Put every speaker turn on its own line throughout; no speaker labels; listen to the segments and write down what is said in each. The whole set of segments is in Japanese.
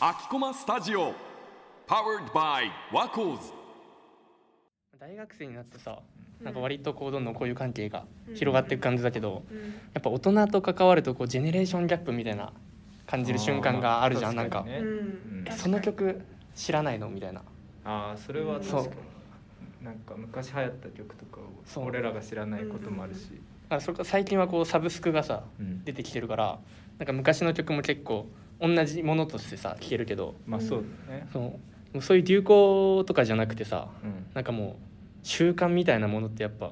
秋駒スタジオ Powered by ワコーズ
大学生になってさなんか割とこうどんどんこういう関係が広がっていく感じだけど、やっぱ大人と関わるとこうジェネレーションギャップみたいな感じる瞬間があるじゃん、なんか
確にね
うん
「その曲知らないの?」みたいな
ああそれは確
そう
かになんか昔流行った曲とか
そ
を
う
俺らが知らないこともあるし、
あそれか最近はこうサブスクがさ
うん
出てきてるからなんか昔の曲も結構同じものとしてさ聴けるけど
まあそうだね、
そのもうそういう流行とかじゃなくてさ
うん
なんかもう習慣みたいなものってやっぱ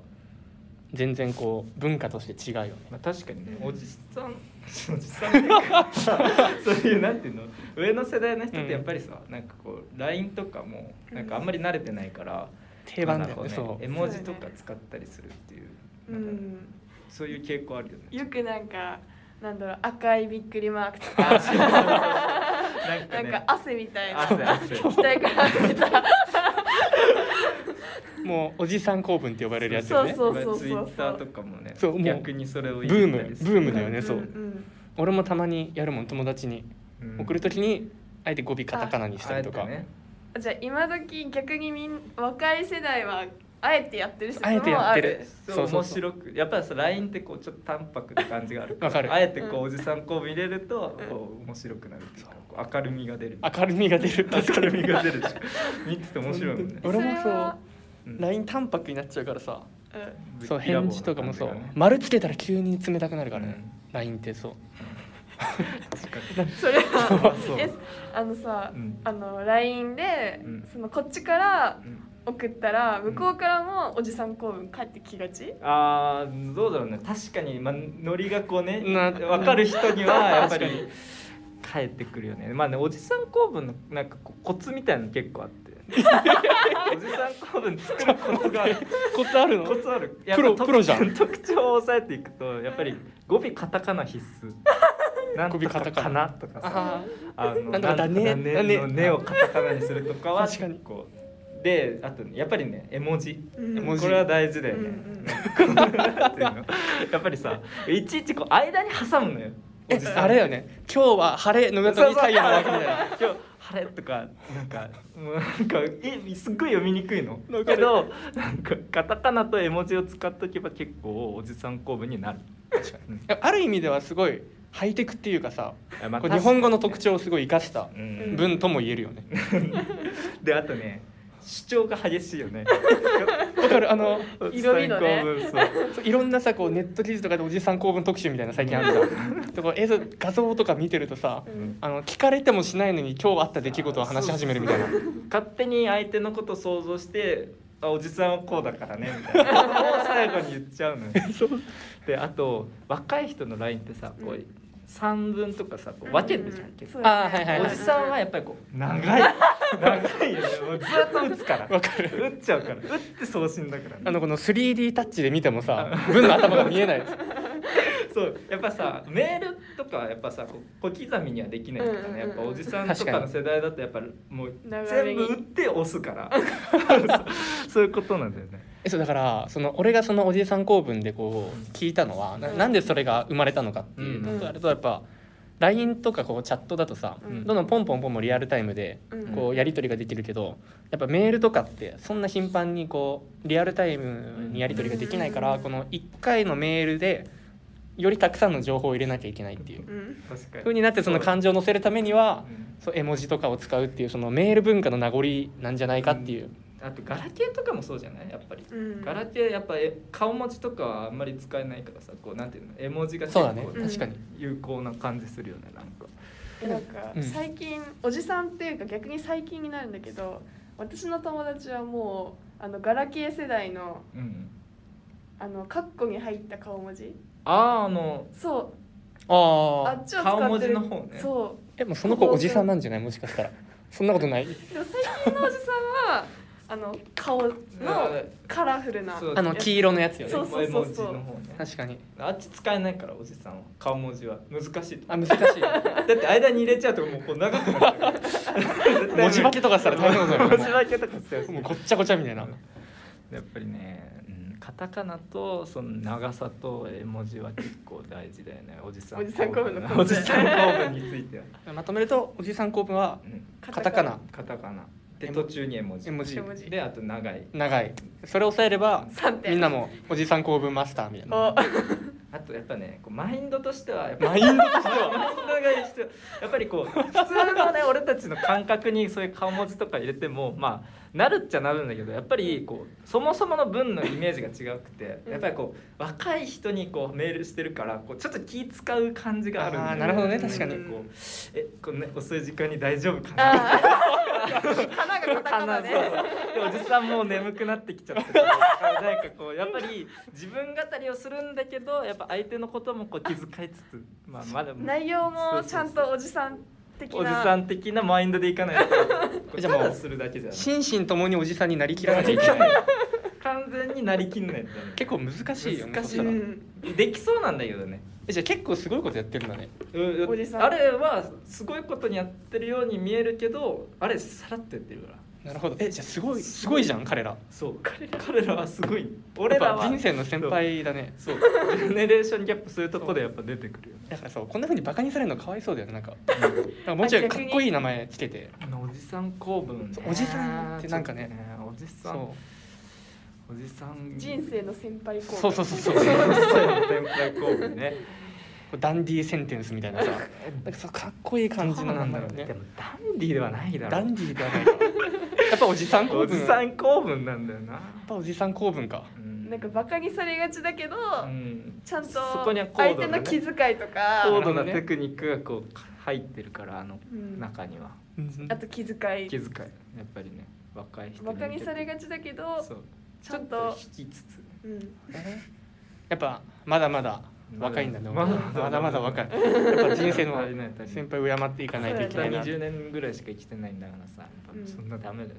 全然こう文化として違うよね
まあ、確かにねおじさん おじさんっていう かそういうなんていうの上の世代の人ってやっぱりさ、なんかこう LINE とかもなんかあんまり慣れてないから、
定番だよ
こう
ねそ
絵
う
文字とか使ったりするっていう
う
なんか
ん
そういう傾向あるよね
よくなんかなんだろう赤いびっくりマークとか
なん
な
か
ん
ね
か汗みたいな
汗汗
額から汗出た
もうおじさん公文って呼ばれるやつ
そ
よ
う
ね
そうそうそう
ツイッターとかもね
そうもう
逆にそれを
ブ
言
ー
った
ム
りす
ブー
る
ム
か
だ
ら
よねそう、
ん
俺もたまにやるもん友達に
うん
送る時にあえて語尾カタカナにしたりとか
あえてね
うんじゃあ今時逆にみん若い世代はあえてやってる人もあ
あえ
る
てやってる
そう
そうそうそう
面白くやっぱりさ LINE ってこうちょっと淡白な感じがある
わかる
あえてこう
うん
おじさんこう見れると
うん
こう面白くなるっていうかこう明るみが出る
明るみが出る
明るみが出るでしょ見てて 面白いもんね
俺も
そ
そ
れ
う
は
LINE 淡白になっちゃうからさ
うん
そう返事とかもそう、
ま
丸つけたら急に冷たくなるからね、
うん
LINE って そう
それは
そう
えあのさ、
うん
あの LINE で、
うん
そのこっちから送ったら向こうからもおじさん公文返ってきがち、
あーどうだろうね確かに、まあ、ノリがこうね
な
分かる人にはやっ ぱ
確か
り帰ってくるよねまあねおじさん構文のなんかこうコツみたいなの結構あって おじさん構文作るコツが
コツあるの
コツある
プロプロじゃん
特徴特徴を抑えていくとやっぱり語尾カタカナ必須なんと
語尾カ
か
タカナ
かなとかさ
あ
あの
なんとかだね
なんとか
だ
の
ね
ねをカタカナにするとかは
確かに
こうであとねやっぱりね絵文字
うん
絵文字
これは大事だよね、なんていうの やっぱりさいちいちこう間に挟むのよ
ー
おじ
え
さん
あれよね今日は晴れの
そうそ
中
う
に太陽のわけみたいな
今日晴れとかなんかもうなんかえすっごい読みにくいの
わか
け
る
どなんかカタカナと絵文字を使っとけば結構おじさん構文になるうん
いやある意味ではすごいハイテクっていうかさ、
あまあ
こう
確か
日
に
本語の特徴をすごい生かした
うん
文とも言えるよね
であとね主張が激しい よね
わかるあ の
いろいろね
おじさん構文そう
そういろんなさこうネット記事とかでおじさん公文特集みたいな最近あるじゃん とか映像画像とか見てるとさ
うん
あの聞かれてもしないのに今日あった出来事を話し始めるみたいな
勝手に相手のことを想像してあおじさんはこうだからねみた いなことを最後に言っちゃうのよであと若い人の LINE ってさこ
う
うん三文とかさこう分けるじゃん結構
そうだね
あーはいはい
お
はい
じさんはやっぱりこう長い長いよねもうずっと打つから
わかる
打っちゃうから打って送信だからね
あのこの 3D タッチで見てもさ文の頭が見えない
そうやっぱさメールとかはやっぱさこう小刻みにはできないからね、
うんうんうん
やっぱおじさんとかの世代だとやっぱもう
確かに
全部打って押すからそう そういうことなんだよね
えそうだからその俺がそのおじさん公文でこ
うん
う聞いたのはな
うん
なんでそれが生まれたのかっていう
う
の
ん
とあれとやっぱ LINE とかこうチャットだとさ
う
どん
ん
どんポンポンポンポンリアルタイムで
うん
こうやり取りができるけどやっぱメールとかってそんな頻繁にこうリアルタイムにやり取りができないから
うん
この1回のメールでよりたくさんの情報を入れなきゃいけないっていう
うん
確かに
風になってその感情を乗せるためにはそう絵文字とかを使うっていうそのメール文化の名残なんじゃないかっていう
あとガラケーとかもそうじゃないやっぱり、
うん
ガラケーやっぱえ顔文字とかはあんまり使えないからさこうなんていうの絵文字が結
そう
構
だね
うん
確かに
有効な感じするよねなんか
なんか
うん
最近、おじさんっていうか逆に最近になるんだけど私の友達はもうあのガラケー世代の
うん
あのカッコに入った顔文字
あーあの
そうあ
ああ
っちを使ってる
顔文字の方ね
そ
えもうその子おじさんなんじゃないもしかしたらそんなことないう
でも最近のおじさんは あの顔のカラフルな
そう
あの黄色のやつよ
そ
ね
うそうそうそ
絵
う
文字の方ね
確かに
あっち使えないからおじさんは顔文字は難しいと
あ難しい
だって間に入れちゃうともうこう長くなっち ゃうから絶対無理
文字化けとかしたら大変だよね
文字化けとかしちゃう
もうごっちゃごちゃみたいな
やっぱりね、うん、カタカナとその長さと絵文字は結構大事だよねおじさん
おじさん公文の
おじさん公文については、
まとめるとおじさん構文は
うん、
カタカナ
カタカナで途中に絵文字
絵文字
絵文字
であと長い
長いそれを抑えれば
3点
みんなもおじさん構文マスターみたいな
お
あとやっぱねこうマインドとしてはやっぱ
マインドとして
マイン
は
ドが必要やっぱりこう普通のね俺たちの感覚にそういう顔文字とか入れてもまあなるっちゃなるんだけどやっぱりこうそもそもの文のイメージが違くて
うん
やっぱりこう若い人にこうメールしてるからこうちょっと気使う感じがあるんだよ
あーなるほどね確かに
こうえこの、ね、遅い時間に大丈夫かな
あー花がカタカナね
そうそう でおじさんもう眠くなってきちゃって てなんかこうやっぱり自分語りをするんだけどやっぱ相手のこともこう気遣いつつ、まあ、まだ
内容もちゃん
そう
とおじさん的な
そうそうおじさん的なマインドでいかないとこう
じ
た
ゃあもう
だするだけじゃない
心身ともにおじさんになりきら なきゃいけない
完全になりきんないとダメ
結構難しいよね
難しい
そしたら
うん
できそうなんだけどね
えじゃあ結構すごいことやってるんだね
う
おじさん
あれはすごいことにやってるように見えるけどあれさらっとやってるから
なるほどえじゃあすごいすごいじゃん彼ら
そう彼ら彼らはすごい俺ら
やっぱ
は
人生の先輩だね
そうジェネレーションギャップそういうとこでやっぱ出てくるよね
だからそうこんな風にバカにされるのかわいそうだよねなんかなんかもうちょいかっこいい名前つけて
おじさん公文ね
そうおじさんってなんかね
ちょっとおじさん
そ
おじさん
人生の先輩
う
公
そうそう
う
そう
人
そう
生の先輩公文ね
ダンディーセンテンスみたいなさなんかそうかっこいい 感じのなんだろう
で
ね
もダンディーではないだ
ダ
ろ
ンディーではないかやっぱおじさん
お
構文
じ
や
さ
っ
ん公文なんだよな
ぱおじさん構文か
なんかバカにされがちだけど、
うん
ちゃんと
そこには高
相
度
手
な
の
ね
気遣いとか、
高度なテクニックがこう入ってるからあの
うん
中には
うん
あと気遣い
気遣いやっぱりね若い人
バカにされがちだけど
そう
ちゃん
ちょっ
と
と引きつつ
うん
やっぱまだまだ若いんだね
まだまだ
まだまだ若いやっぱ人生の
足りない足りない
先輩を敬っていかないといけないな
20年ぐらいしか生きてないんだからさ、やっぱ
うん
そんなダメだよ。